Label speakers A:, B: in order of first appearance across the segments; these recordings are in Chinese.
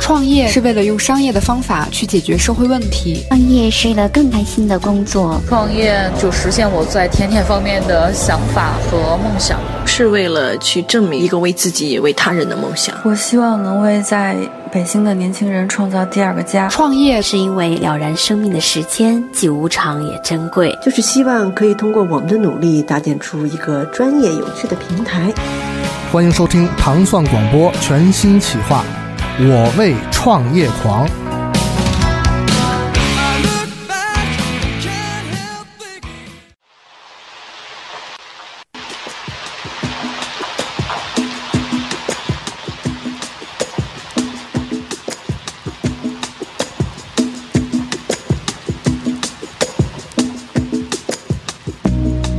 A: 创业是为了用商业的方法去解决社会问题，
B: 创业是一个更开心的工作。
C: 创业就实现我在甜甜方面的想法和梦想，
D: 是为了去证明一个为自己也为他人的梦想。
E: 我希望能为在北京的年轻人创造第二个家。
A: 创业
B: 是因为了然生命的时间既无常也珍贵，
F: 就是希望可以通过我们的努力，搭建出一个专业有趣的平台。
G: 欢迎收听糖蒜广播全新企划《我为创业狂》。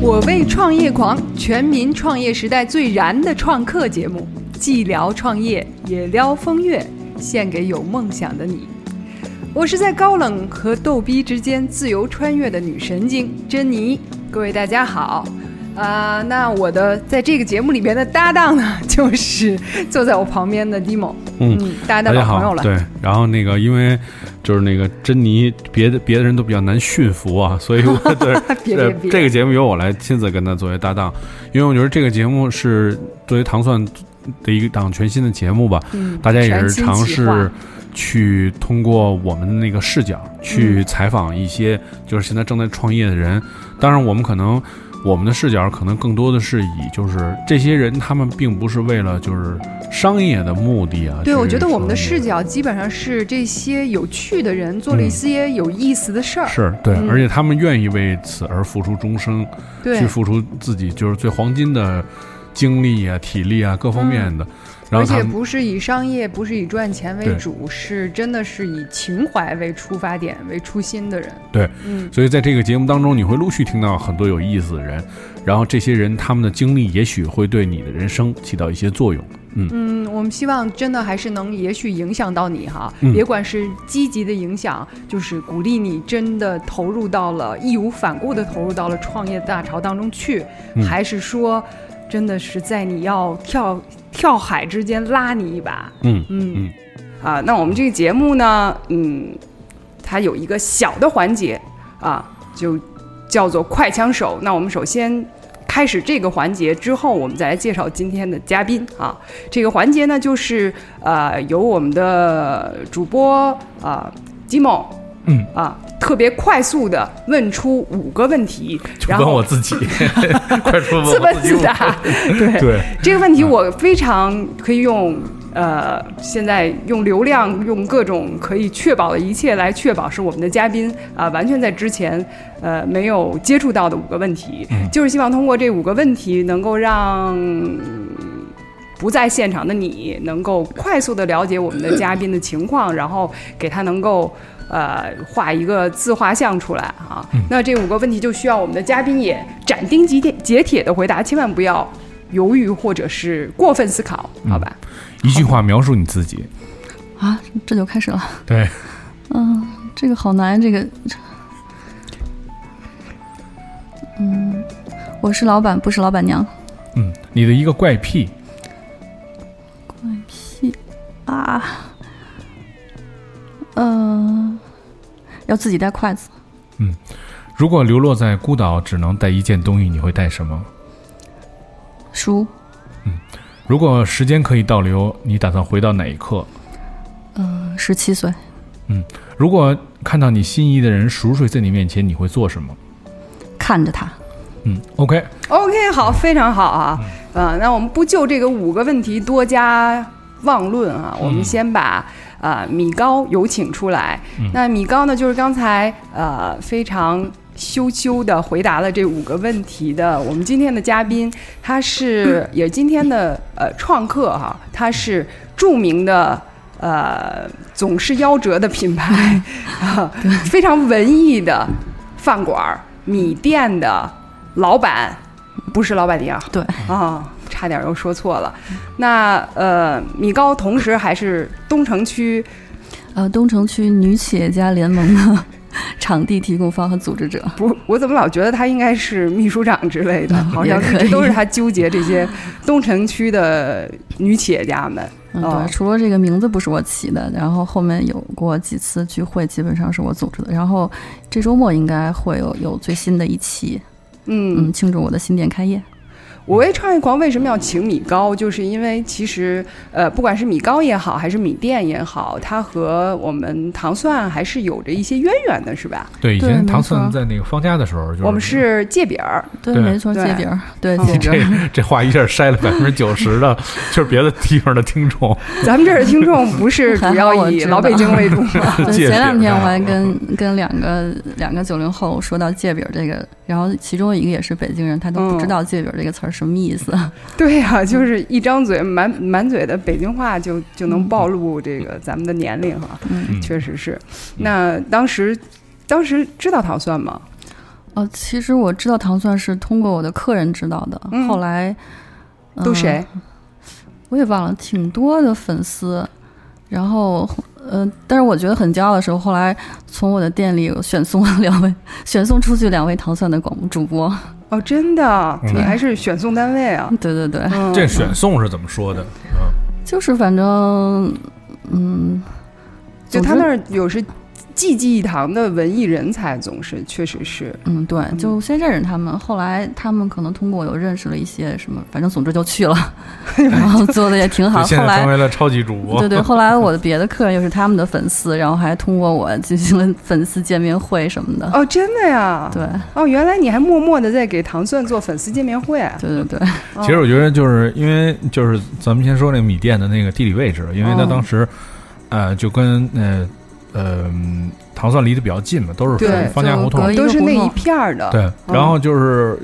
H: 我为创业狂，啊全民创业时代最燃的创客节目，既聊创业也聊风月，献给有梦想的你。我是在高冷和逗逼之间自由穿越的女神经珍妮。各位大家好，啊、那我的在这个节目里边的搭档呢，就是坐在我旁边的 Dimo，
I: 嗯，
H: 大家
I: 大
H: 的
I: 家
H: 老朋友
I: 好，
H: 了。
I: 对，然后那个因为就是那个珍妮，别的别的人都比较难 驯服啊，所以我对
H: 别别
I: 呃
H: 别
I: 这个节目由我来亲自跟他作为搭档，因为我觉得这个节目是作为糖蒜的一档全新的节目吧，
H: 嗯
I: 大家也
H: 全
I: 是
H: 新
I: 尝
H: 企划
I: 试去通过我们的那个视角去
H: 嗯
I: 采访一些就是现在正在创业的人，当然我们可能。我们的视角可能更多的是以就是这些人，他们并不是为了就是商业的目的啊。
H: 对，
I: 去
H: 我觉得我们的
I: 创业
H: 视角基本上是这些有趣的人做了一
I: 嗯
H: 些有意思的事儿。
I: 是对，
H: 嗯
I: 而且他们愿意为此而付出终生，
H: 对
I: 去，付出自己就是最黄金的精力啊、体力啊各方面的。然
H: 而
I: 后他
H: 且
I: 们
H: 不是以商业，不是以赚钱为
I: 对
H: 主，是真的是以情怀为出发点、为初心的人。
I: 对，
H: 嗯，
I: 所以在这个节目当中，你会陆续听到很多有意思的人，然后这些人他们的经历也许会对你的人生起到一些作用。
H: 嗯，我们希望真的还是能，也许影响到你哈，
I: 嗯
H: 别管是积极的影响，就是鼓励你真的投入到了义无反顾的投入到了创业大潮当中去，
I: 嗯
H: 还是说真的是在你要跳跳海之间拉你一把。
I: 嗯，
H: 嗯
I: 嗯
J: 啊，那我们这个节目呢，嗯，它有一个小的环节啊，就叫做快枪手。那我们首先开始这个环节之后，我们再来介绍今天的嘉宾啊。这个环节呢，就是呃，由我们的主播啊，吉某，
G: 嗯
J: 啊，特别快速的问出五个问题，
I: 就
J: 然后
I: 自 己，快说
J: 自问自答， 对。
I: 对，嗯
J: 这个问题我非常可以用呃，现在用流量、用各种可以确保的一切来确保是我们的嘉宾啊、完全在之前呃没有接触到的五个问题，
I: 嗯
J: 就是希望通过这五个问题能够让。不在现场的你能够快速的了解我们的嘉宾的情况，然后给他能够呃画一个自画像出来啊。那这五个问题就需要我们的嘉宾也斩钉截铁截铁的回答，千万不要犹豫或者是过分思考，好吧？
I: 一句话描述你自己。
E: 啊，这就开始了。
I: 对，
E: 嗯，这个好难，这个，嗯，我是老板，不是老板娘。
I: 嗯，你的一个怪癖，
E: 怪癖啊，嗯、要自己带筷子，
I: 如果流落在孤岛，只能带一件东西，你会带什么？
E: 书，
I: 嗯如果时间可以倒流，你打算回到哪一刻？
E: 嗯，十七岁，
I: 如果看到你心仪的人熟睡在你面前，你会做什么？
E: 看着他，
I: 嗯，OK，
J: OK，好，非常好啊。呃，那我们不就这个五个问题多加妄论啊，我们先把、呃米高有请出来。那米高呢，就是刚才呃非常羞羞的回答了这五个问题的我们今天的嘉宾，他是也是今天的呃创客哈、他是著名的。呃，总是夭折的品牌，啊， 非常文艺的饭馆儿、米店的老板，不是老板娘
E: 对，
J: 啊，差点又说错了。那呃，米高同时还是东城区
E: 呃，东城区女企业家联盟的场地提供方和组织者，
J: 不，我怎么老觉得他应该是秘书长之类的，好像
E: 嗯也
J: 一
E: 可以
J: 直都是他纠结这些东城区的女企业家们。
E: 嗯，
J: 哦
E: 对，除了这个名字不是我起的，然后后面有过几次聚会，基本上是我组织的。然后这周末应该会有有最新的一期，
J: 嗯
E: 嗯，，庆祝我的新店开业。
J: 我为创业狂为什么要请米糕？就是因为其实呃，不管是米糕也好，还是米店也好，它和我们糖蒜还是有着一些渊源的，是吧？
K: 对，以
E: 对
K: 前
E: 没
K: 唐
E: 错
K: 僧在那个方家的时候，就是
J: 我们是界饼儿，
E: 对，
K: 对
E: 没错，
J: 对
E: 借饼儿，对，
J: 嗯
E: 借 饼
K: 这
E: 儿。
K: 这话一下筛了百分之九十的， 就是别的地方的听众。
J: 咱们这儿的听众不是主
E: 还好
J: 要
E: 我
J: 以
E: 知道
J: 老北京为主嘛
E: 对，
K: 借
E: 前
K: 饼
E: 两天
K: 啊
E: 我还跟跟两个两个九零后说到借饼儿这个，然后其中一个也是北京人，他都不知
J: 嗯
E: 道借饼儿这个词儿什么意思。
J: 对呀、
K: 嗯
J: 就是一张嘴满满嘴的北京话就就能暴露这个咱们的年龄哈、
E: 嗯，
K: 嗯
J: 确实是。那当时当时知道糖蒜吗？
E: 哦，其实我知道糖蒜是通过我的客人知道的，
J: 嗯
E: 后来
J: 都
E: 嗯
J: 谁？
E: 我也忘了，挺多的粉丝。然后，呃，但是我觉得很骄傲的是，后来从我的店里选送 了两位，选送出去两位糖蒜的广播主播。
J: 哦，真的，
K: 嗯
J: 你还是选送单位啊？
E: 对对对，
J: 嗯
K: 这选送是怎么说的？
E: 就是反正，嗯，
J: 就
E: 总
J: 他
E: 之
J: 那儿有是济济一堂的文艺人才，总是确实是，
E: 嗯，对，就先认识他们，后来他们可能通过我又认识了一些什么，反正总之就去了， 然后做的也挺好。
K: 就现
E: 后
K: 在成
E: 来，
K: 为了超级主播
E: 对。对，后 来我的别的客人又是他们的粉丝，然后还通过我进行了粉丝见面会什么
K: 嗯
E: 的。
J: 哦，真的呀，
E: 对，
J: 哦，原来你还默默的在给糖蒜做粉丝见面会，啊
E: 对对对，
K: 其实我觉得就是因为就是咱们先说那个米店的那个地理位置，因为它
J: 嗯
K: 当
E: 哦
K: 时，呃，就跟呃呃嗯糖蒜离得比较近嘛，都是属于
J: 对
K: 方家胡同
E: 就隔。一个
J: 都是那
E: 胡
J: 一
E: 同
J: 片儿的，
K: 对，
J: 嗯
K: 然后就是，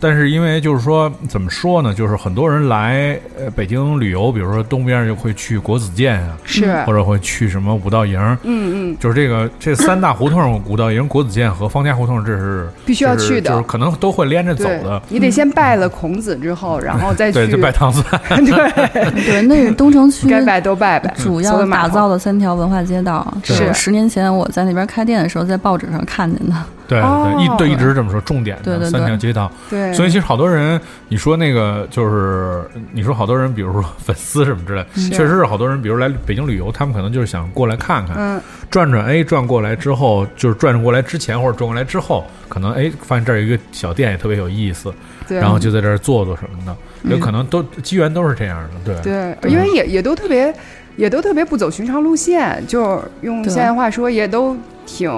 K: 但是因为就是说，怎么说呢？就是很多人来呃北京旅游，比如说东边就会去国子监啊，
J: 是，
K: 或者会去什么五道营，
J: 嗯嗯，
K: 就是这个这三大胡同，五道营、国子监和方家胡同，这是
J: 必须要
K: 就是
J: 去的
K: 就是可能都会连着 走
J: 对
K: 的。，
J: 你得先拜了孔子之后，然后再
K: 对，
J: 去
K: 就拜唐蒜，
J: 对，
E: 对，那是东城区
J: 该拜都拜拜，所
E: 主要
J: 有码
E: 打
J: 头
E: 造的三条文化街道。
J: 对
E: 就是十年前我在那边开店的时候，在报纸上看见的。
K: 对对，一对
J: 哦
K: 一直这么说，重点
E: 对
K: 的
E: 对
K: 三条
E: 对
K: 街道。
J: 对，
K: 所以其实好多人，你说那个就是你说好多人，比如说粉丝什么之类，
J: 是
K: 确实是好多人，比如来北京旅游，他们可能就是想过来看看，
J: 嗯，
K: 转转，哎，转过来之后，就是转过来之前或者转过来之后，可能哎发现这儿有一个小店也特别有意思，
J: 对，嗯
K: 然后就在这儿坐坐什么的，有可能都机缘都是这样的，对。
J: 对，
K: 对
J: 因为也也都特别，也都特别不走寻常路线，就是用
E: 对
J: 现在话说，也都挺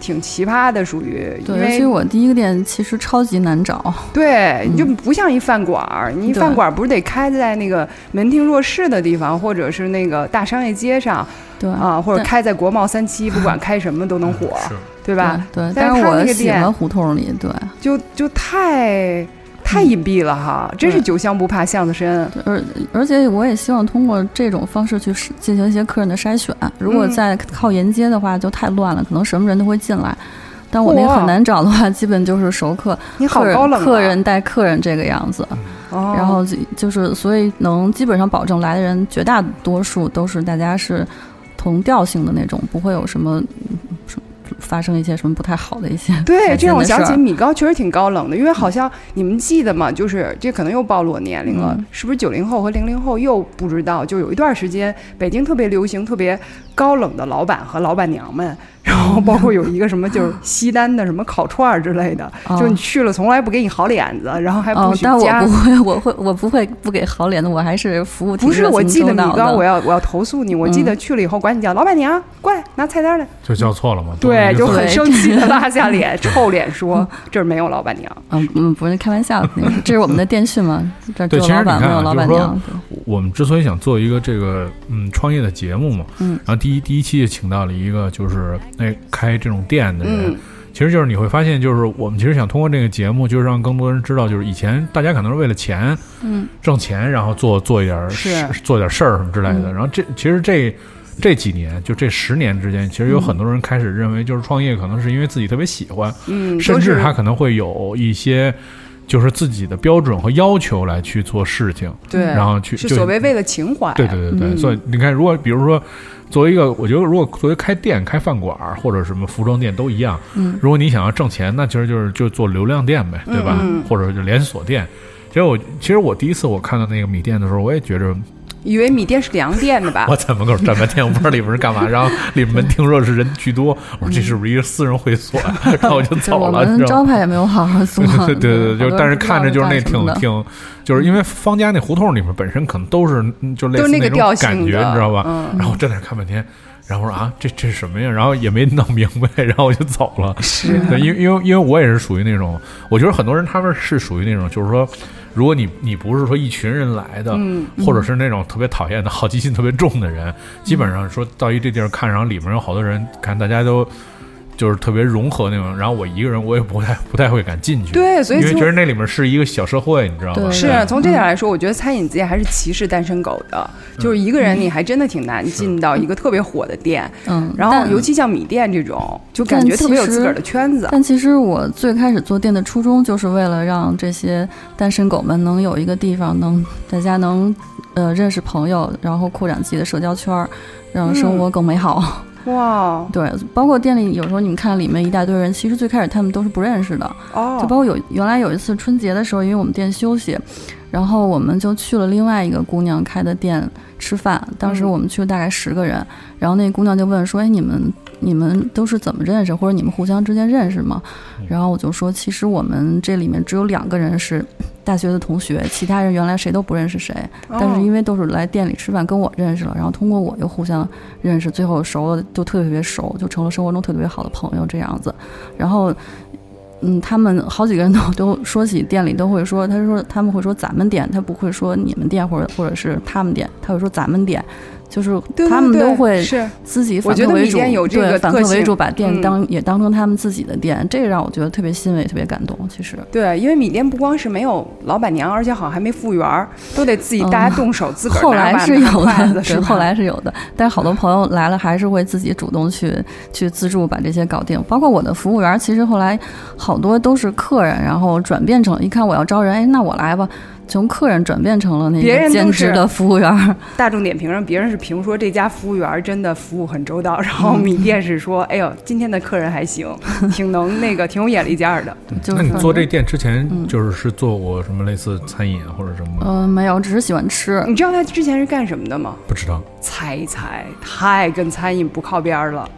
J: 挺奇葩的，属于因
E: 对，所以
J: 为
E: 我第一个店其实超级难找。
J: 对你就不像一饭馆儿，你一
E: 对
J: 饭馆儿不是得开在那个门庭若市的地方，或者是那个大商业街上
E: 对
J: 啊，或者
E: 但
J: 开在国贸三期，不管开什么都能火，
K: 嗯是
J: 对吧？
E: 对，对
J: 但
E: 但
J: 是
E: 是
J: 他那
E: 我
J: 个
E: 喜
J: 店
E: 欢胡同里，对，
J: 就就太太隐蔽了哈，真是
E: 对
J: 酒香不怕巷子深，
E: 对而而且我也希望通过这种方式去是进行一些客人的筛选。如果
J: 嗯
E: 在靠沿街的话，就太乱了，可能什么人都会进来。但我那个
J: 哇
E: 很难找的话，基 本就是熟客，
J: 你好
E: 客人
J: 高冷啊，
E: 客人带客人这个样子，
J: 哦，
E: 然后就就是所以能基本上保证来的人绝大多数都是大家是同调性的那种，不会有什么嗯什么发生一些什么不太好的一些
J: 对，
E: 开
J: 这
E: 心
J: 让我
E: 的
J: 想
E: 事
J: 起
E: 儿嗯
J: 米高确实挺高冷的，因为好像你们记得吗？就是这可能又暴露我年龄了，
E: 嗯
J: 是不是九零后和零零后又不知道？就有一段时间，北京特别流行特别高冷的老板和老板娘们，然后包括有一个什么就是西单的什么烤串儿之类的，
E: 嗯哦
J: 就是你去了从来不给你好脸子，然后还不
E: 哦，
J: 许
E: 但我
J: 加。
E: 不会，我会，我不会不给好脸的，我还是服务挺
J: 不是，
E: 热情
J: 我记得
E: 周
J: 米
E: 到
J: 高，
E: 的
J: 我要我要投诉你。我记
E: 嗯
J: 得去了以后管你叫老板娘，过来拿菜单来。
K: 就叫错了嘛，
J: 对，就
K: 都是一
J: 很
K: 个字
E: 对
J: 生气的拉下脸， 臭脸说这儿没有老板娘。
E: 嗯嗯，不是开玩笑的，那是这是我们的电讯 嘛，这儿只
K: 对
E: 有
K: 其实
E: 老板
K: 你看
E: 没
K: 啊
E: 有老
K: 就是
E: 板
K: 说
E: 娘，
K: 我们之所以想做一个这个嗯创业的节目嘛，
E: 嗯
K: 然后第一第一期也请到了一个就是哎开这种店的人，
J: 嗯
K: 其实就是你会发现，就是我们其实想通过这个节目，就是让更多人知道，就是以前大家可能是为了钱，
E: 嗯，
K: 挣钱，然后做做一点儿
J: 是
K: 事做点事儿什么之类的。
E: 嗯
K: 然后这其实这这几年，就这十年之间，其实有很多人开始认为，就是创业可能是因为自己特别喜欢，
J: 嗯，
K: 甚
J: 都
K: 至
J: 是
K: 他可能会有一些就是自己的标准和要求来去做事情，
J: 对，
K: 然后去
J: 是
K: 就
J: 所谓为了情怀，
K: 对对对对，
J: 嗯
K: 所以你看，如果比如说，作为一个，我觉得如果作为开店、开饭馆儿或者什么服装店都一样，
E: 嗯
K: 如果你想要挣钱，那其实就是就做流量店呗，对吧？
J: 嗯嗯
K: 或者就连锁店。其实我其实我第一次我看到那个米店的时候，我也觉着
J: 以为米店是凉店的吧
K: ？
E: 啊
K: 我在门口站半天，我不知道里面是干嘛。然后里 面听说是人巨多，我说这是不是一个私人会所呀？然后我就
E: 对
K: 走
E: 我
K: 了。
E: 们
K: 你知道
E: 招
K: 吗？
E: 牌也没有好
K: ，
J: 啊
E: 好做
K: 对对对，就是但是看着就是那挺
E: 挺
K: 挺，就是因为方家那胡同里面本身可能都是嗯就类
J: 都
K: 似
J: 是那个
K: 种
J: 调
K: 感
J: 性
K: 觉，
J: 的
K: 你知道吧？
J: 嗯
K: 然后我站那儿看半天，然后我说啊，这这是什么呀？然后也没弄明白，然后我就走了。
J: 是
K: 对，因为因为因为我也是属于那种，我觉得很多人他们是属于那种，就是说，如果你你不是说一群人来的，
J: 嗯
K: 或者是那种特别讨厌的 好奇心特别重的人，基
J: 嗯
K: 本上说到一这地儿看，然后里面有好多人，看大家都。就是特别融合那种，然后我一个人我也不太不太会敢进去，
J: 对所以
K: 因为
J: 就
K: 觉得那里面是一个小社会，你知道吗？
E: 对
J: 是啊从
K: 嗯
J: 这点来说，我觉得餐饮界还是歧视单身狗的，就是一个人你还真的挺难进到一个特别火的店，
E: 嗯，
J: 然后
E: 但
J: 尤其像米店这种，就
E: 但
J: 感觉特别有
E: 其
J: 自个儿
E: 实
J: 的圈子。
E: 但其实我最开始做店的初衷，就是为了让这些单身狗们能有一个地方，能大家能呃认识朋友，然后扩展自己的社交圈儿，让
J: 嗯
E: 生活更美好。
J: 哇
E: 对，包括店里有时候你们看里面一大堆人，其实最开始他们都是不认识的。就包
J: 哦，
E: 括有原来有一次春节的时候，因为我们店休息，然后我们就去了另外一个姑娘开的店吃饭。当时
J: 嗯
E: 我们去了大概十个人，然后那姑娘就问说：“哎，你们你们都是怎么认识，或者你们互相之间认识吗？”
J: 嗯
E: 然后我就说：“其实我们这里面只有两个人是大学的同学，其他人原来谁都不认识谁，
J: 哦
E: 但是因为都是来店里吃饭跟我认识了，然后通过我又互相认识，最后熟了就特别特别熟，就成了生活中特别好的朋友这样子。然后，嗯，他们好几个人都都说起店里都会说，他说他们会说咱们店，他不会说你们店或者或者是他们店，他会说咱们店，就是
J: 对对
E: 他们都
J: 对
E: 会
J: 是
E: 自己反
J: 我觉
E: 客
J: 得
E: 为
J: 米
E: 主，
J: 店有这
E: 对
J: 个
E: 反
J: 特
E: 客为
J: 性
E: 主，把店
J: 嗯
E: 当、也当成他们自己的店，这个让我觉得特别欣慰，特别感动。其实，
J: 对，因为米店不光是没有老板娘，而且好像还没服务员儿，都得自己
E: 嗯
J: 大家动手自个
E: 后
J: 儿拿
E: 来
J: 碗
E: 是
J: 拿
E: 有
J: 筷子，
E: 的，
J: 是
E: 对，
J: 吧
E: 后来是有的，但是好多朋友来了还是会自己主动去去自助把这些搞定。包括我的服务员，其实后来好多都是客人，然后转变成一看我要招人，哎，那我来吧，从客人转变成了那
J: 别人
E: 个
J: 都
E: 兼
J: 是
E: 职的服务员。
J: 大众点评上别人是评说这家服务员真的服务很周到，然
E: 嗯
J: 后米店是说，哎呦，今天的客人还 行，挺能那个，挺有眼力见儿的。
E: 就
K: 那
E: 是
K: 你
E: 反
K: 做
E: 正
K: 这店之前，
J: 嗯
K: 就是是做过什么类似餐饮啊或者什么？
E: 呃没有，只是喜欢吃。
J: 你知道他之前是干什么的吗？
K: 不知道
J: 猜一猜，太跟餐饮不靠边儿了。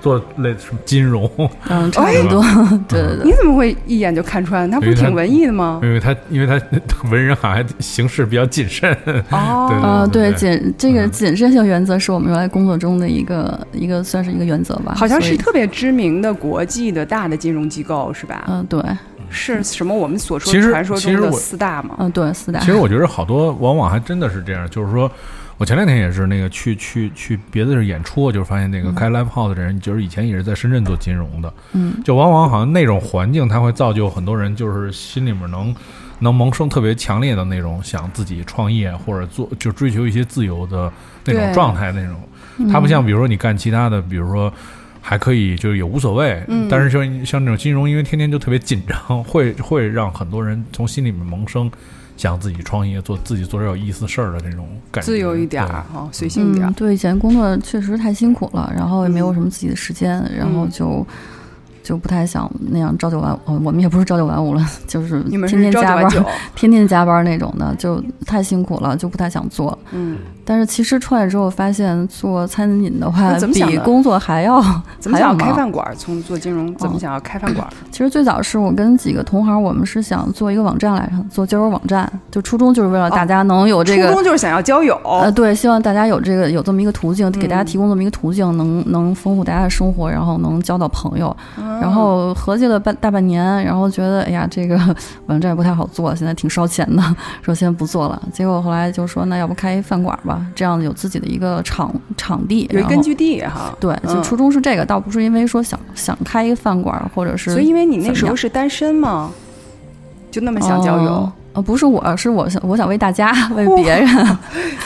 K: 做类似什么 金融，
E: 嗯，差
K: 哎
E: 不多，对对对。
J: 你怎么会一眼就看穿？他不是
K: 因为他
J: 挺文艺的吗？
K: 嗯因为他因为他文人好像还行事比较谨慎，
J: 哦，
E: 呃，
K: 对
E: 对，
K: 对
E: 谨这个
K: 嗯
E: 谨慎性原则是我们原来工作中的一个一个算是一个原则吧，
J: 好像
E: 所
J: 是
E: 以
J: 特别知名的国际的大的金融机构是吧？
E: 嗯、对，嗯、
J: 是什么我们所说
K: 其实
J: 传说
K: 其
J: 中
K: 实
J: 的
K: 我
J: 四大吗？
E: 对，四 大
K: 其实我觉得好多往往还真的是这样，就是说，我前两天也是那个去去去别的地儿演出，就是发现那个开 live house 的人，就是以前也是在深圳做金融的，
E: 嗯，
K: 就往往好像那种环境，它会造就很多人，就是心里面能能萌生特别强烈的那种想自己创业或者做就追求一些自由的那种
J: 对
K: 状态那种。
J: 嗯
E: 嗯
K: 它不像比如说你干其他的，比如说。还可以，就是也无所谓。
J: 嗯
K: 但是像像这种金融，因为天天就特别紧张， 会会让很多人从心里面萌生想自己创业、做自己做点有意思事儿的那种感觉，
J: 自由一点儿
K: 对
J: 哈、随性一点儿
E: 嗯。。对，以前工作确实太辛苦了，然后也没有什么自己的时间，然后
J: 嗯
E: 就就不太想那样朝九晚，哦，我们也不是朝九晚五了，就是
J: 你们
E: 天
J: 是
E: 嗯天
J: 朝九
E: 加
J: 晚
E: 班，
J: 九，
E: 天天加班那种的，就太辛苦了，就不太想做。
J: 嗯，
E: 但是其实创业之后发现，做餐饮的话
J: 那怎么想
E: 比
J: 的
E: 工作还要
J: 怎么
E: 还要
J: 想要开
E: 忙
J: 饭馆儿？从做金融怎么
E: 哦
J: 想要开饭馆儿？
E: 其实最早是我跟几个同行，我们是想做一个网站来着，做交友网站，就初衷就是为了大家能有这个、
J: 哦初衷就是想要交友。
E: 呃，对，希望大家有这个有这么一个途径，给大家
J: 哦嗯
E: 提供这么一个途径，能能丰富大家的生活，然后能交到朋友。
J: 哦
E: 然后合计了半大半年，然后觉得哎呀，这个网站不太好做，现在挺烧钱的，说先不做了。结果后来就说，那要不开一饭馆吧，这样有自己的一个场场地，
J: 有一
E: 然
J: 根
E: 后
J: 据地哈，
E: 对，就
J: 嗯
E: 初衷是这个，倒不是因为说想想开一个饭馆，或者是
J: 所以因为你那
E: 怎
J: 时候
E: 么样
J: 是单身嘛，就那么想交友
E: 哦，呃，不是我，是我想我想为 大家为别人，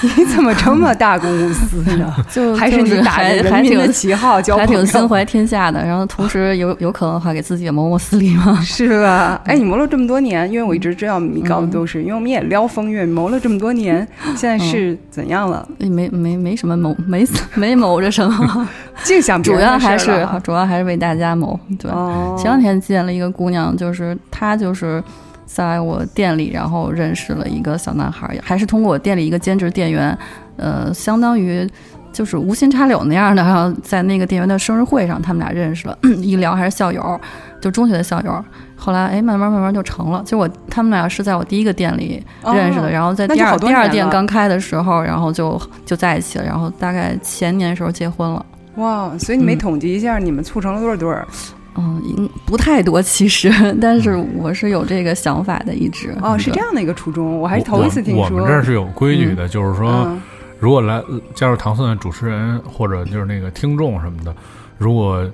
J: 你怎么这么大公无私呢？
E: 就
J: 还
E: 就是
J: 你打着
E: 还
J: 人
E: 还
J: 民
E: 挺
J: 的旗号交
E: 还
J: 朋友
E: 挺心怀天下的，然后 同时有有可能的话给自己也谋谋私利嘛。
J: 是吧？哎，你磨了这么多年，因为我一直知道米
E: 嗯
J: 高的都是，因为我们也撩风月，磨了这么多年，现在是怎样了？
E: 也 没没没什么谋，没没谋着 什么，
J: 净想别
E: 主
J: 人的
E: 要
J: 事
E: 还
J: 儿
E: 是
J: 了啊
E: 主要还是为大家谋。对，
J: 哦，
E: 前两天见了一个姑娘，就是她就是在我店里，然后认识了一个小男孩，还是通过我店里一个兼职店员，呃，相当于就是无心插柳那样的，然后在那个店员的生日会上，他们俩认识了， 一聊还是校友，就中学的校友。后来哎，慢慢慢慢就成了。就我他们俩是在我第一个店里认识的，
J: 哦
E: 然后在
J: 那
E: 第
J: 就
E: 二
J: 好多
E: 第二
J: 年
E: 店
J: 了
E: 刚开的时候，然后就就在一起了，然后大概前年的时候结婚了。
J: 哇，所以你没
E: 嗯
J: 统计一下你们促成了多少对儿？
E: 嗯，应不太多其实， 但是我是有这个想法的，一直。嗯
J: 哦，是这样的一个初衷，我还是头一次听
K: 我
J: 说。
K: 我们这儿是有规矩的，就是说，
J: 嗯
K: 如果来呃加入糖蒜的主持人或者就是那个听众什么的，如果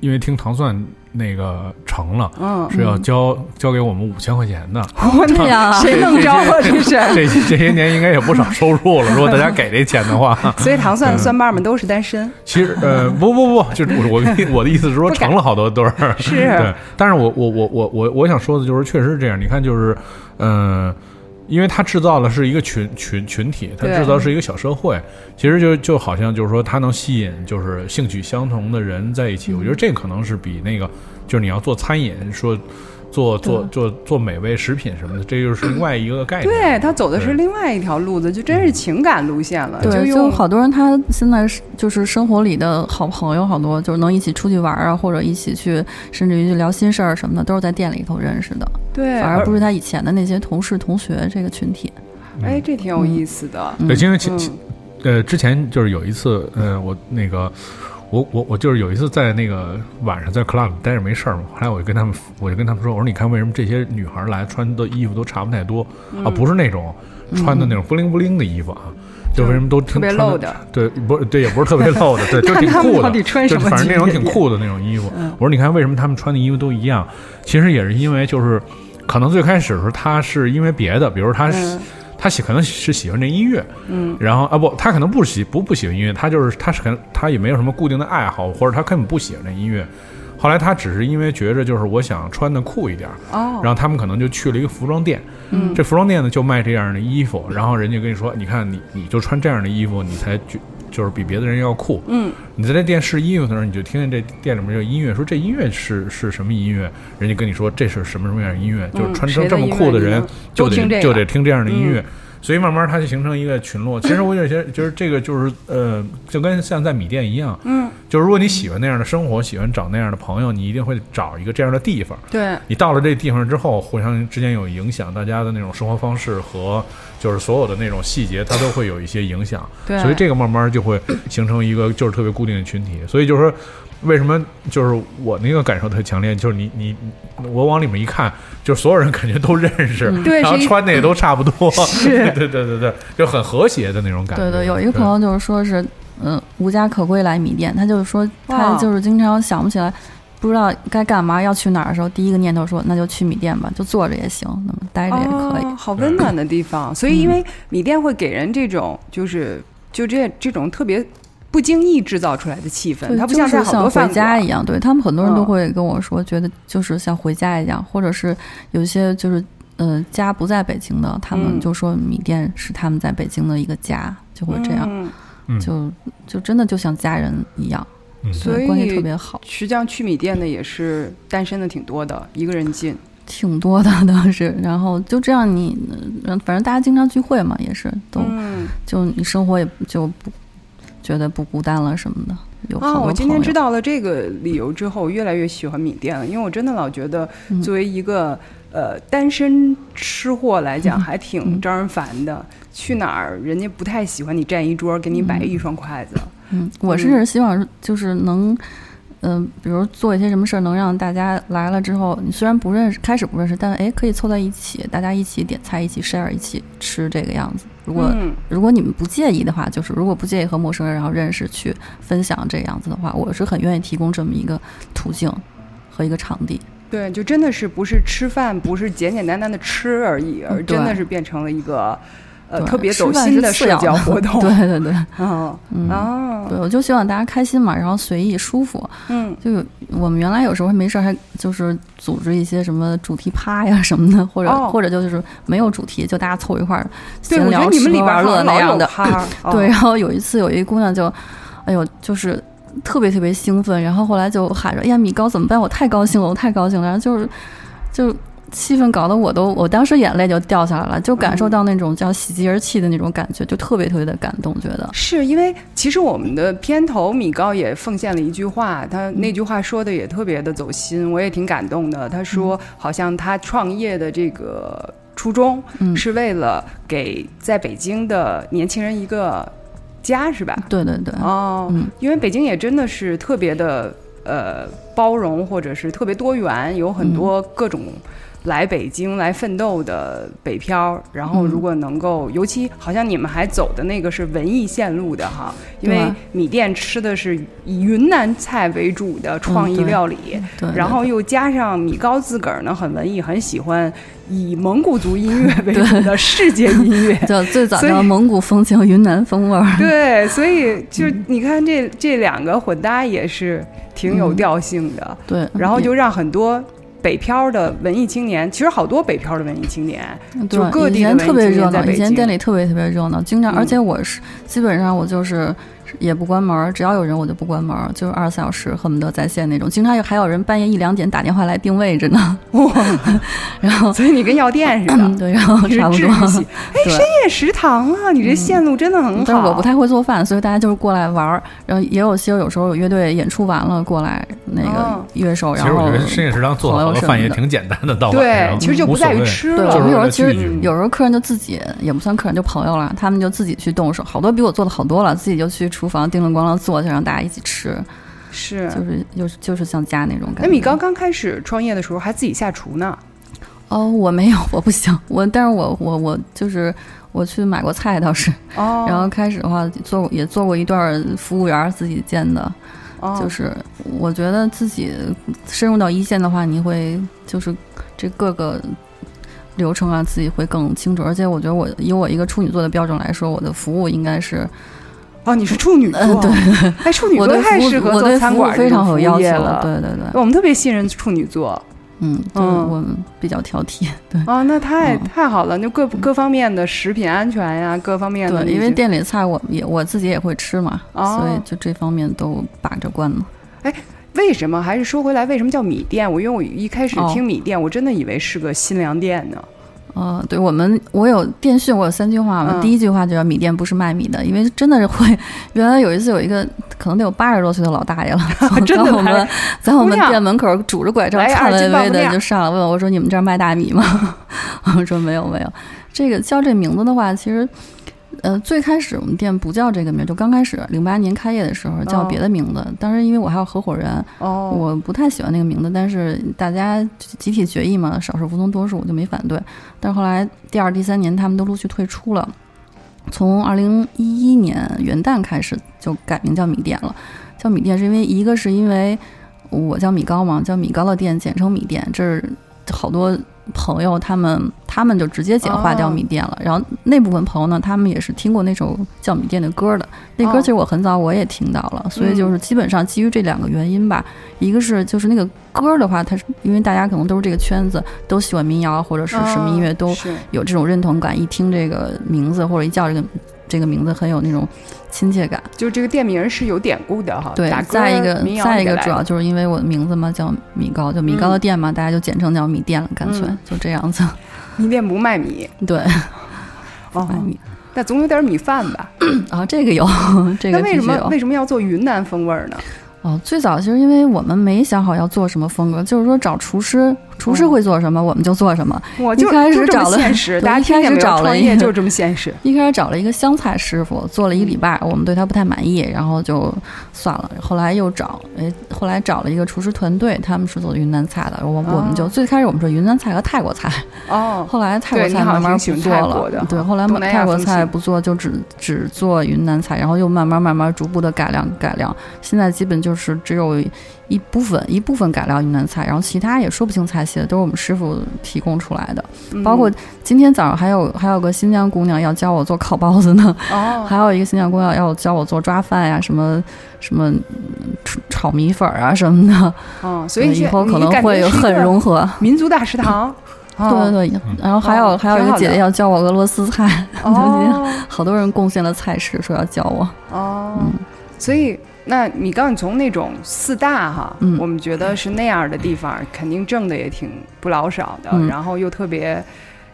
K: 因为听糖蒜那个成了，
J: 嗯
K: 是要交交给我们五千块钱的。
J: 哦，
E: 对呀
J: 谁弄着啊？这是。
K: 这这些年应该也不少收入了，如果大家给这钱的话。
J: 所以糖蒜
K: 嗯
J: 的蒜瓣们都是单身，
K: 其实呃不不不，就是我我我的意思是说成了好多对儿，
J: 是
K: 对。但是我我我我我我想说的就是，确实是这样。你看，就是嗯、呃因为他制造的是一个群群群体，他
J: 对
K: 制造是一个小社会，其实就就好像就是说，他能吸引就是兴趣相同的人在一起。我觉得这可能是比那个就是你要做餐饮说。做做做做美味食品什么的，这就是另外一个概念。
J: 对他走的是另外一条路子，就真
K: 嗯
J: 是情感路线了，
E: 对，就
J: 用
E: 好多人他现在是就是生活里的好朋友，好多就是能一起出去玩啊，或者一起去，甚至于去聊心事儿什么的，都是在店里头认识的，
J: 对，
E: 反而不是他以前的那些同事、同学这个群体。
J: 哎，
K: 嗯
J: 这挺有
E: 嗯
J: 意思的。
K: 对，因为
J: 嗯
K: 前前呃之前就是有一次，呃，我那个我我我就是有一次在那个晚上在 club 待着没事儿嘛，后来我就跟他们我就跟他们说，我说你看为什么这些女孩儿来穿的衣服都差不太多、
J: 嗯
K: 啊？不是那种穿的那种不灵不灵的衣服啊。就为什么都
J: 特
K: 穿
J: 别
K: 穿
J: 露的，
K: 对，不是对，也不是特别露的， 对，就
J: 那
K: 挺
J: 他们
K: 酷
J: 到
K: 的，
J: 底穿
K: 就
J: 什么
K: 反正那
J: 级
K: 种
J: 别
K: 挺
J: 的
K: 酷的那种衣服。
J: 嗯
K: 我说你看为什么他们穿的衣服都一样？其实也是因为就是，可能最开始的时候他是因为别的，比如他、
J: 嗯
K: 他喜可能是喜欢这音乐，
J: 嗯，
K: 然后啊不，他可能不喜不不喜欢音乐，他就是他是可能他也没有什么固定的爱好，或者他根本不喜欢这音乐。后来他只是因为觉着就是我想穿的酷一点儿，
J: 哦，
K: 然后他们可能就去了一个服装店，
J: 嗯
K: 这服装店呢就卖这样的衣服，然后人家跟你说，你看你你就穿这样的衣服，你才就就是比别的人要酷，
J: 嗯，
K: 你在这店试衣服的时候，你就听见这店里面有音乐，说这音乐是是什么音乐，人家跟你说这是什么什么样的音乐，
J: 嗯
K: 就是穿
J: 谁
K: 成
J: 的
K: 这么
J: 音乐
K: 酷的
J: 你
K: 人
J: 能
K: 就
J: 都听这个
K: 得
J: 嗯
K: 就得听这样的音乐。所以慢慢它就形成一个群落。其实我有些就是这个就是呃，就跟像在米店一样，
J: 嗯，
K: 就是如果你喜欢那样的生活，喜欢找那样的朋友，你一定会找一个这样的地方。
J: 对，
K: 你到了这地方之后，互相之间有影响，大家的那种生活方式和就是所有的那种细节，它都会有一些影响。
J: 对
K: 所以这个慢慢就会形成一个就是特别固定的群体。所以就是说，为什么就是我那个感受特强烈，就是你你我往里面一看，就是所有人感觉都认识，
J: 对
K: 然后
J: 是一
K: 穿的也都差不 多，
J: 是
K: 对对对对，就很和谐的那种感觉。
E: 对对，有一个朋友就是说是，嗯，无家可归来米店，他就是说他
J: 哇
E: 就是经常想不起来，不知道该干嘛要去哪儿的时候，第一个念头说那就去米店吧，就坐着也行，那么待着也可以。嗯
J: 哦，好温暖的地方。所以，因为米店会给人这种就是就这这种特别不经意制造出来的气氛，
E: 对，
J: 它不
E: 就
J: 像
E: 是
J: 在好多饭
E: 回家一
J: 馆。
E: 样，对他们很多人都
J: 嗯
E: 会跟我说，觉得就是像回家一样，或者是有一些就是呃家不在北京的，他们
J: 嗯
E: 就说米店是他们在北京的一个家，就会这样，
J: 嗯，
K: 嗯
E: 就就真的就像家人一样，
K: 嗯
J: 所
E: 对，关系特
J: 以
E: 别好，
J: 实际上去米店的也是单身的挺多的，一个人进。
E: 挺多的当时，然后就这样你，嗯反正大家经常聚会嘛，也是都、
J: 嗯，
E: 就你生活也就不觉得不孤单了什么的，有好
J: 啊，
E: 多
J: 我今
E: 朋
J: 天
E: 友
J: 知道了这个理由之后，我越来越喜欢米店了，因为我真的老觉得
E: 嗯
J: 作为一个、呃单身吃货来讲，
E: 嗯
J: 还挺招人烦的。去哪儿人家不太喜欢你占一桌，给你摆一双筷子。
E: 嗯，我是希望就是能，嗯、比如做一些什么事儿，能让大家来了之后，你虽然不认识，开始不认识，但哎，可以凑在一起，大家一起点菜，一起 share，一起吃这个样子。如果、
J: 嗯
E: 如果你们不介意的话，就是如果不介意和陌生人然后认识去分享这样子的话，我是很愿意提供这么一个途径和一个场地。
J: 对，就真的是不是吃饭，不是简简单单的吃而已，而
E: 嗯对
J: 真的是变成了一个呃
E: 对
J: 特别
E: 吃
J: 走
E: 饭
J: 心
E: 是
J: 的
E: 次
J: 社
E: 要
J: 交活动。
E: 对，对对，
J: 嗯
E: 嗯。
J: 啊，
E: 对，我就希望大家开心嘛，然后随意舒服。
J: 嗯，
E: 就有我们原来有时候没事儿还就是组织一些什么主题趴呀什么的，或者、
J: 哦
E: 或者就是没有主题，就大家凑一块儿
J: 对，
E: 闲
J: 我觉
E: 聊
J: 得你
E: 吃
J: 们里
E: 喝
J: 边儿
E: 玩
J: 好
E: 乐
J: 像
E: 那
J: 老有
E: 样的。
J: 趴 儿，哦
E: 对，然后有一次有一姑娘就，哎呦，就是特别特别兴奋，然后后来就喊着：“哎呀，米高怎么办？我太高兴了，我太高兴了！”然后就是就气氛搞得我都，我当时眼泪就掉下来了，就感受到那种叫喜极而泣的那种感觉，就特别特别的感动，觉得
J: 是因为其实我们的片头米高也奉献了一句话，他那句话说的也特别的走心，我也挺感动的。他
E: 嗯
J: 说，好像他创业的这个初衷
E: 嗯
J: 是为了给在北京的年轻人一个家，是吧？
E: 对对对，
J: 哦，
E: 嗯
J: 因为北京也真的是特别的呃包容，或者是特别多元，有很多
E: 嗯
J: 各种来北京来奋斗的北漂。然
E: 嗯
J: 后如果能够，尤其好像你们还走的那个是文艺线路的哈，因
E: 对
J: 为
E: 啊
J: 米店吃的是以云南菜为主的创意
E: 对
J: 料理，
E: 嗯对，
J: 然后又加上米高自个儿呢很文艺，很喜欢以蒙古族音乐为主的世界音乐。
E: 就最早
J: 所以
E: 的 蒙古风情、云南风味 儿，
J: 对，所以就你看 这这两个混搭也是挺有调性的，
E: 对，
J: 然后
E: 也
J: 就让很多北漂的文艺青年，其实好多北漂的文艺青年，就
E: 嗯对，
J: 各地
E: 以前
J: 的
E: 特
J: 文青
E: 别热
J: 在
E: 闹，
J: 北
E: 以前
J: 京
E: 店里特别特别热闹，经常，而
J: 嗯
E: 且我是基本上我就是也不关门儿，只要有人我就不关门儿，就是二十四小时恨不得在线那种。经常有还有人半夜一两点打电话来定位 着呢，然后嗯
J: 所以你跟药店似的，
E: 对，然后
J: 你是
E: 嗯差不
J: 治
E: 多
J: 愈系。哎，
E: 对
J: 深夜食堂啊，你这线路真的很好。
E: 嗯但是我不太会做饭，所以大家就是过来玩儿，然后也有些有时候有乐队演出完了过来那个
J: 哦
E: 乐手，
K: 其
E: 然
K: 实我
E: 后
K: 觉得深夜食堂做好的饭也挺简单的，
E: 啊
K: 到晚
J: 对
E: 嗯
K: 上，
J: 其实就不在于
K: 无所谓
J: 吃
E: 对，
J: 了，
E: 我们有时候其实
K: 就是为了聚
E: 有时候客人就自己也不算客人，就朋友了，他们就自己去动手，好多比我做的好多了，自己就去厨房叮了咣啷做去，让大家一起吃，
J: 是。
K: 嗯
E: 就是就是就是像家那种感觉。
J: 那米高刚开始创业的时候还自己下厨呢，
E: 哦，我没有，我不行，我但是我我我就是我去买过菜倒是，
J: 哦，
E: 然后开始的话做过也做过一段服务员儿自己兼的，
J: 哦
E: 就是我觉得自己深入到一线的话，你会就是这各个流程啊，自己会更清楚。而且我觉得我以我一个处女座的标准来说，我的服务应该是
J: 哦，你是处女座，
E: 呃对，
J: 哎，处女
E: 我
J: 座
E: 对
J: 太
E: 服
J: 适
E: 务
J: 合
E: 我
J: 做
E: 对
J: 餐
E: 服务
J: 馆
E: 非常有
J: 这种
E: 要
J: 服务业
E: 求
J: 了。
E: 对对对，
J: 我们特别信任处女座
E: 嗯，就是
J: 嗯
E: 我们比较挑剔，
J: 哦，那太
E: 嗯
J: 太好了，就各各方面的食品安全呀，各方面的
E: 对，
J: 已
E: 因为
J: 经
E: 店里菜我也我自己也会吃嘛，
J: 哦
E: 所以就这方面都把着关了。
J: 为什么还是说回来，为什么叫米店？我因为我一开始
E: 哦
J: 听米店，我真的以为是个新粮店呢。
E: 嗯，对我们，我有电讯，我有三句话嘛。
J: 嗯
E: 第一句话就叫米店不是卖米的，因为真的是会，原来有一次有一个可能得有八十多岁的老大爷了，
J: 真的
E: 在我们
J: 来
E: 在我们
J: 姑娘
E: 店门口拄着拐杖
J: 来
E: 颤
J: 二
E: 巍
J: 斤棒
E: 巍
J: 子
E: 的
J: 面
E: 就上来问我说：“你们这儿卖大米吗？” 我说：“没有，没有。”这个叫这名字的话，其实。呃，最开始我们店不叫这个名儿，就刚开始零八年开业的时候叫
J: 哦
E: 别的名字。当时因为我还有合伙人，
J: 哦，
E: 我不太喜欢那个名字，但是大家集体决议嘛，少数服从多数，我就没反对。但是后来第二、第三年他们都陆续退出了，从二零一一年元旦开始就改名叫米店了。叫米店是因为一个是因为我叫米高嘛，叫米高的店简称米店，这是好多朋友他们他们就直接简化掉
J: 哦
E: 米店了。然后那部分朋友呢，他们也是听过那首叫米店的歌的，那歌
J: 哦
E: 其实我很早我也听到了，所以
J: 嗯
E: 就是基本上基于这两个原因吧，一个是就是那个歌的话，它是因为大家可能都是这个圈子，都喜欢民谣或者是
J: 啊
E: 什么音乐，都
J: 哦是
E: 有这种认同感，一听这个名字或者一叫这个这个名字，很有那种亲切感。
J: 就这个店名是有典故的哈。
E: 对
J: 哦打，歌
E: 再一个
J: 民谣
E: 再一
J: 给
E: 个
J: 来
E: 主要就是因为我的名字嘛叫米高，就米高的店嘛，大家就简称叫米店了，干脆
J: 嗯
E: 就这样子。
J: 米店不卖米，
E: 对，
J: 哦
E: 卖，米
J: 那总有点米饭吧？
E: 啊，这个有 这个哦
J: 那为
E: 必
J: 什
E: 须
J: 么
E: 有
J: 为什么要做云南风味儿呢？
E: 哦，最早其实因为我们没想好要做什么风格，就是说找厨师，厨师
J: 哦
E: 会做什么、我们就做什么。
J: 我
E: 一
J: 就
E: 开
J: 就
E: 始
J: 这
E: 找
J: 么
E: 了
J: 现实，
E: 对
J: 大家
E: 一
J: 听
E: 开
J: 见
E: 始
J: 没有？
E: 找了
J: 创
E: 一
J: 业
E: 个
J: 就是这么现实。
E: 一开始找了一个湘菜师傅，做了一礼拜，我们对他不太满意，然后就算了。后来又找，哎，后来找了一个厨师团队，他们是做云南菜的，我我们就
J: 哦
E: 最开始我们说云南菜和泰 国菜，
J: 哦，
E: 后来泰国
J: 对你
E: 菜
J: 好
E: 慢
J: 像
E: 慢
J: 挺喜
E: 不
J: 欢
E: 做
J: 泰国的
E: 了，对，后来
J: 东南亚
E: 泰国
J: 风
E: 菜
J: 情
E: 不做，就只只做云南菜，然后又慢慢慢慢逐步的改良改良，现在基本就是只有一部分一部分改良云南菜，然后其他也说不清菜系的，都是我们师傅提供出来的。
J: 嗯
E: 包括今天早上还有还有个新疆姑娘要教我做烤包子呢，
J: 哦，
E: 还有一个新疆姑娘要教我做抓饭啊呀、什么什么嗯炒炒米粉儿啊什么的，
J: 哦， 所以
E: 嗯以
J: 是
E: 后
J: 你
E: 可能
J: 感觉
E: 会
J: 是一
E: 很
J: 个
E: 融合。
J: 民族大食堂。哦
E: 对对对，然后还有、
J: 哦
E: 还有一
J: 挺
E: 个
J: 好
E: 姐姐
J: 的
E: 要教我俄罗斯菜，
J: 哦
E: 好多人贡献了菜式，说要教我。
J: 哦，所以那你刚你从那种四大哈，
E: 嗯
J: 我们觉得是那样的地方，肯定挣的也挺不老少的，
E: 嗯
J: 然后又特别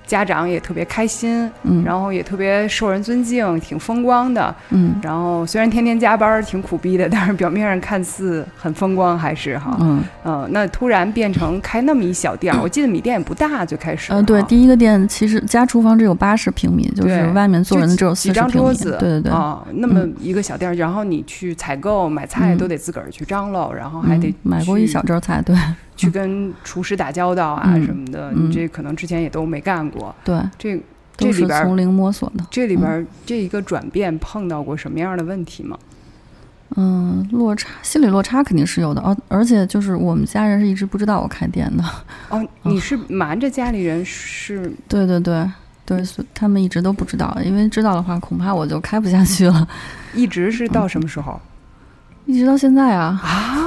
J: 家长也特别开心，
E: 嗯
J: 然后也特别受人尊敬，挺风光的。
E: 嗯
J: 然后虽然天天加班儿挺苦逼的， 但是表面上看似很风光，还是哈，
E: 嗯
J: 呃，那突然变成开那么一小店儿，我记得米店也不大，最开始哈，
E: 嗯，对，第一个店其实加厨房只有八十平米，就是
J: 哦对
E: 外面坐人只有
J: 几
E: 四
J: 几
E: 十
J: 张
E: 平
J: 桌
E: 米，
J: 子
E: 对，对嗯对，
J: 啊，那么一个小店儿，然后你去采购买菜都得自个儿去张罗，然后哦还得
E: 嗯买过一
J: 去
E: 小桌菜，对
J: 去跟厨师打交道啊
E: 嗯
J: 什么的，
E: 嗯
J: 你这可能之前也都没干过，
E: 对，
J: 这这
E: 都
J: 里
E: 是
J: 边
E: 从
J: 儿
E: 零摸索的。
J: 这里边儿这一个转变碰到过什么样的问题吗？
E: 嗯，落差心理落差肯定是有的，而而且就是我们家人是一直不知道我开店的，
J: 哦，你是瞒着家里人是
E: 对对对对，所以他们一直都不知道，因为知道的话恐怕我就开不下去了，
J: 一直
E: 嗯
J: 是到什么时候？
E: 一直到现在啊，
J: 啊，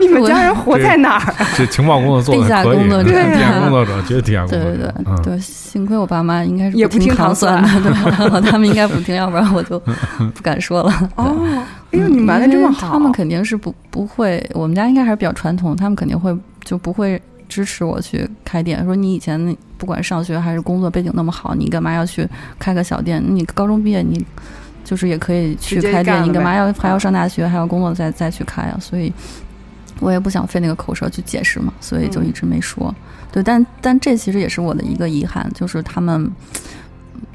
J: 你们家 人活在哪儿？
K: 这情报工作做
E: 地
K: 的
E: 下
K: 可以，
E: 工作者
K: 地下
E: 对啊
K: 工作者绝对地下工
E: 对
K: 作
E: 对
K: 者
E: 对，
K: 嗯
E: 对，幸亏我爸妈应该是
J: 也不
E: 听
J: 听
E: 糖
J: 糖
E: 蒜
J: 蒜
E: 的， 对，他们应该不听，要不然我就不敢说了。
J: 哦，哎呦，你瞒的这
E: 嗯因为
J: 么好，
E: 他们肯定是不不会，我们家应该还是比较传统，他们肯定会就不会支持我去开店，说你以前不管上学还是工作背景那么好，你干嘛要去开个小店？你高中毕业你。就是也可以去
J: 直接
E: 开
J: 干
E: 店，
J: 了
E: 你干嘛
J: 呗
E: 要还要上大学，还要工作再再去开啊？所以，我也不想费那个口舌去解释嘛，所以就一直没说。嗯对，但但这其实也是我的一个遗憾，就是他们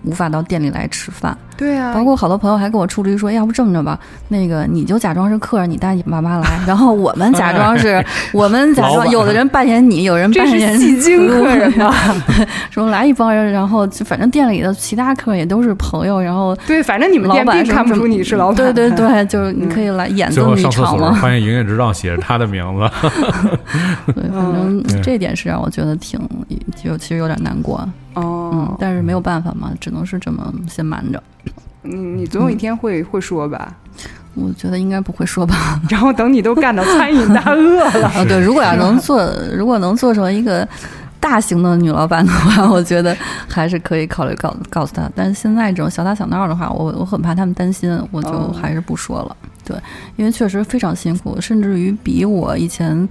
E: 无法到店里来吃饭。
J: 对啊，
E: 包括好多朋友还跟我出主意说，要不这么着吧，那个你就假装是客人，你带你爸妈来，然后我们假装 是我们假
K: 老
E: 装，
K: 板
E: 有的人扮演你，有人
J: 这
E: 扮演
J: 是戏精客人啊吧？
E: 说来一帮人，然后就反正店里的其他客人也都是朋友，然后
J: 对，反正你们
E: 老
J: 店
E: 板
J: 并
E: 什么
J: 看不
E: 什么
J: 出你是老板，嗯
E: 对对对，就是你可以来演
K: 最
E: 这
K: 后
E: 么一啊
K: 上厕
E: 场
K: 所
E: 嘛。
K: 发现营业执照写着他的名字，
E: 对，
J: 嗯
E: 反正
K: 对
E: 这点是让我觉得挺有，其实有点难过。嗯
J: 哦，，
E: 但是没有办法嘛，只能是这么先瞒着。
J: 你你总有一天会会说吧，
E: 我觉得应该不会说吧。
J: 然后等你都干到餐饮大鳄了，
E: 啊，对，如果要能做，如果能做成一个大型的女老板的话，我觉得还是可以考虑告告诉她。但是现在这种小打小闹的话，我我很怕他们担心，我就
J: 哦
E: 还是不说了。对，因为确实非常辛苦，甚至于比我以前。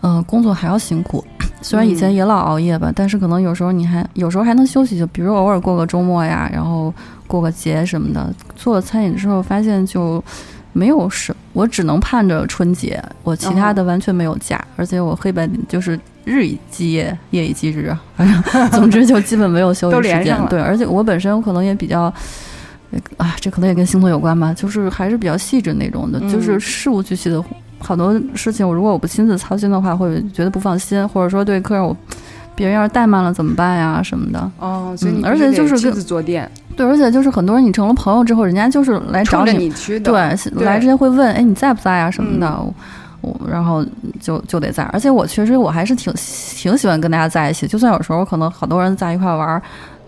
E: 呃，工作还要辛苦，虽然以前
J: 嗯
E: 也老熬夜吧，但是可能有时候你还有时候还能休息，就比如偶尔过个周末呀，然后过个节什么的。做了餐饮之后，发现就没有什，我只能盼着春节，我其他
J: 嗯
E: 的完全没有假，而且我黑白就是日以继夜，夜以继日啊， 反正总之就基本没有休
J: 都
E: 息
J: 连
E: 时间
J: 上。了
E: 对，而且我本身可能也比较。啊，这可能也跟星座有关吧，就是还是比较细致那种的，
J: 嗯
E: 就是事无巨细的，好多事情，我如果我不亲自操心的话，会觉得不放心，或者说对客人我别人要是怠慢了怎么办呀什么的。
J: 哦，所以你
E: 嗯而且就是
J: 必须得亲
E: 跟
J: 自做店，
E: 对，而且就是很多人你成了朋友之后，人家就是来
J: 冲
E: 找
J: 哎着
E: 你
J: 你去的，
E: 对，是来之前会问，哎，你在不在呀、什么的。
J: 嗯
E: 我然后就就得在，而且我确实我还是挺挺喜欢跟大家在一起，就算有时候可能好多人在一块玩儿，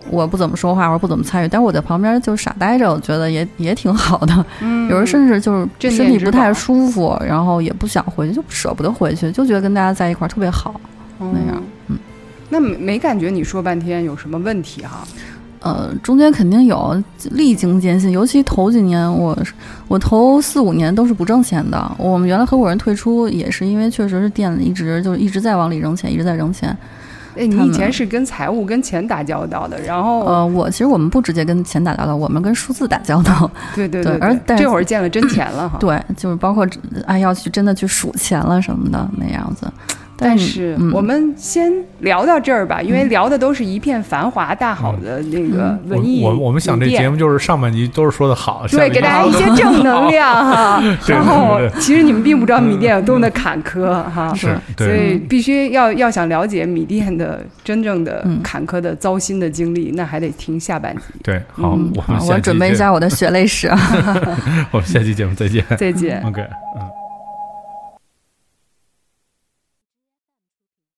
E: 我不怎么说话，我不怎么参与，但是我在旁边就傻呆着，我觉得也也挺好的。
J: 嗯，
E: 有人甚至就是
J: 镇
E: 身
J: 店
E: 体
J: 之
E: 不太
J: 宝
E: 舒服，然后也不想回去，就舍不得回去，就觉得跟大家在一块儿特别好。
J: 那
E: 样，嗯，
J: 那没没感觉你说半天有什么问题哈？
E: 呃，中间肯定有历经艰辛，尤其头几年我是我头四五年都是不挣钱的。我们原来合伙人退出也是因为确实是店里一直就是一直在往里扔钱，一直在扔钱。
J: 哎，
E: 他
J: 你
E: 们
J: 以前是跟财务、跟钱打交道的，然后
E: 呃，我其实我们不直接跟钱打交道，我们跟数字打交 道。
J: 对对
E: 对
J: 对，
E: 而但是
J: 这会儿见了真钱了哈。
E: 对，就是包括哎要去真的去数钱了什么的那样子。
J: 但
E: 但
J: 是嗯
E: 嗯
J: 我们先聊到这儿吧，因为聊的都是一片繁华大好的那个
K: 我
J: 文艺
K: 嗯我我们想这
J: 旅店
K: 节目就是上半集都是说的好，下
J: 对，
K: 半集
J: 给大家一些正能量哈。
K: 对嗯
J: 然后
K: 对，
J: 其实你们并不知道米店有多么的坎坷哈，
K: 是
J: 所
K: 对
J: 以必须要要想了解米店的真正的
E: 嗯
J: 坎坷的糟心的经历，那还得听下半集。
K: 对，好，
E: 嗯
K: 我们
E: 好我
K: 下期
E: 准备一
K: 见，
E: 下我的血泪史啊。
K: 我们下期节目再见
J: 再见。
K: ，OK，嗯。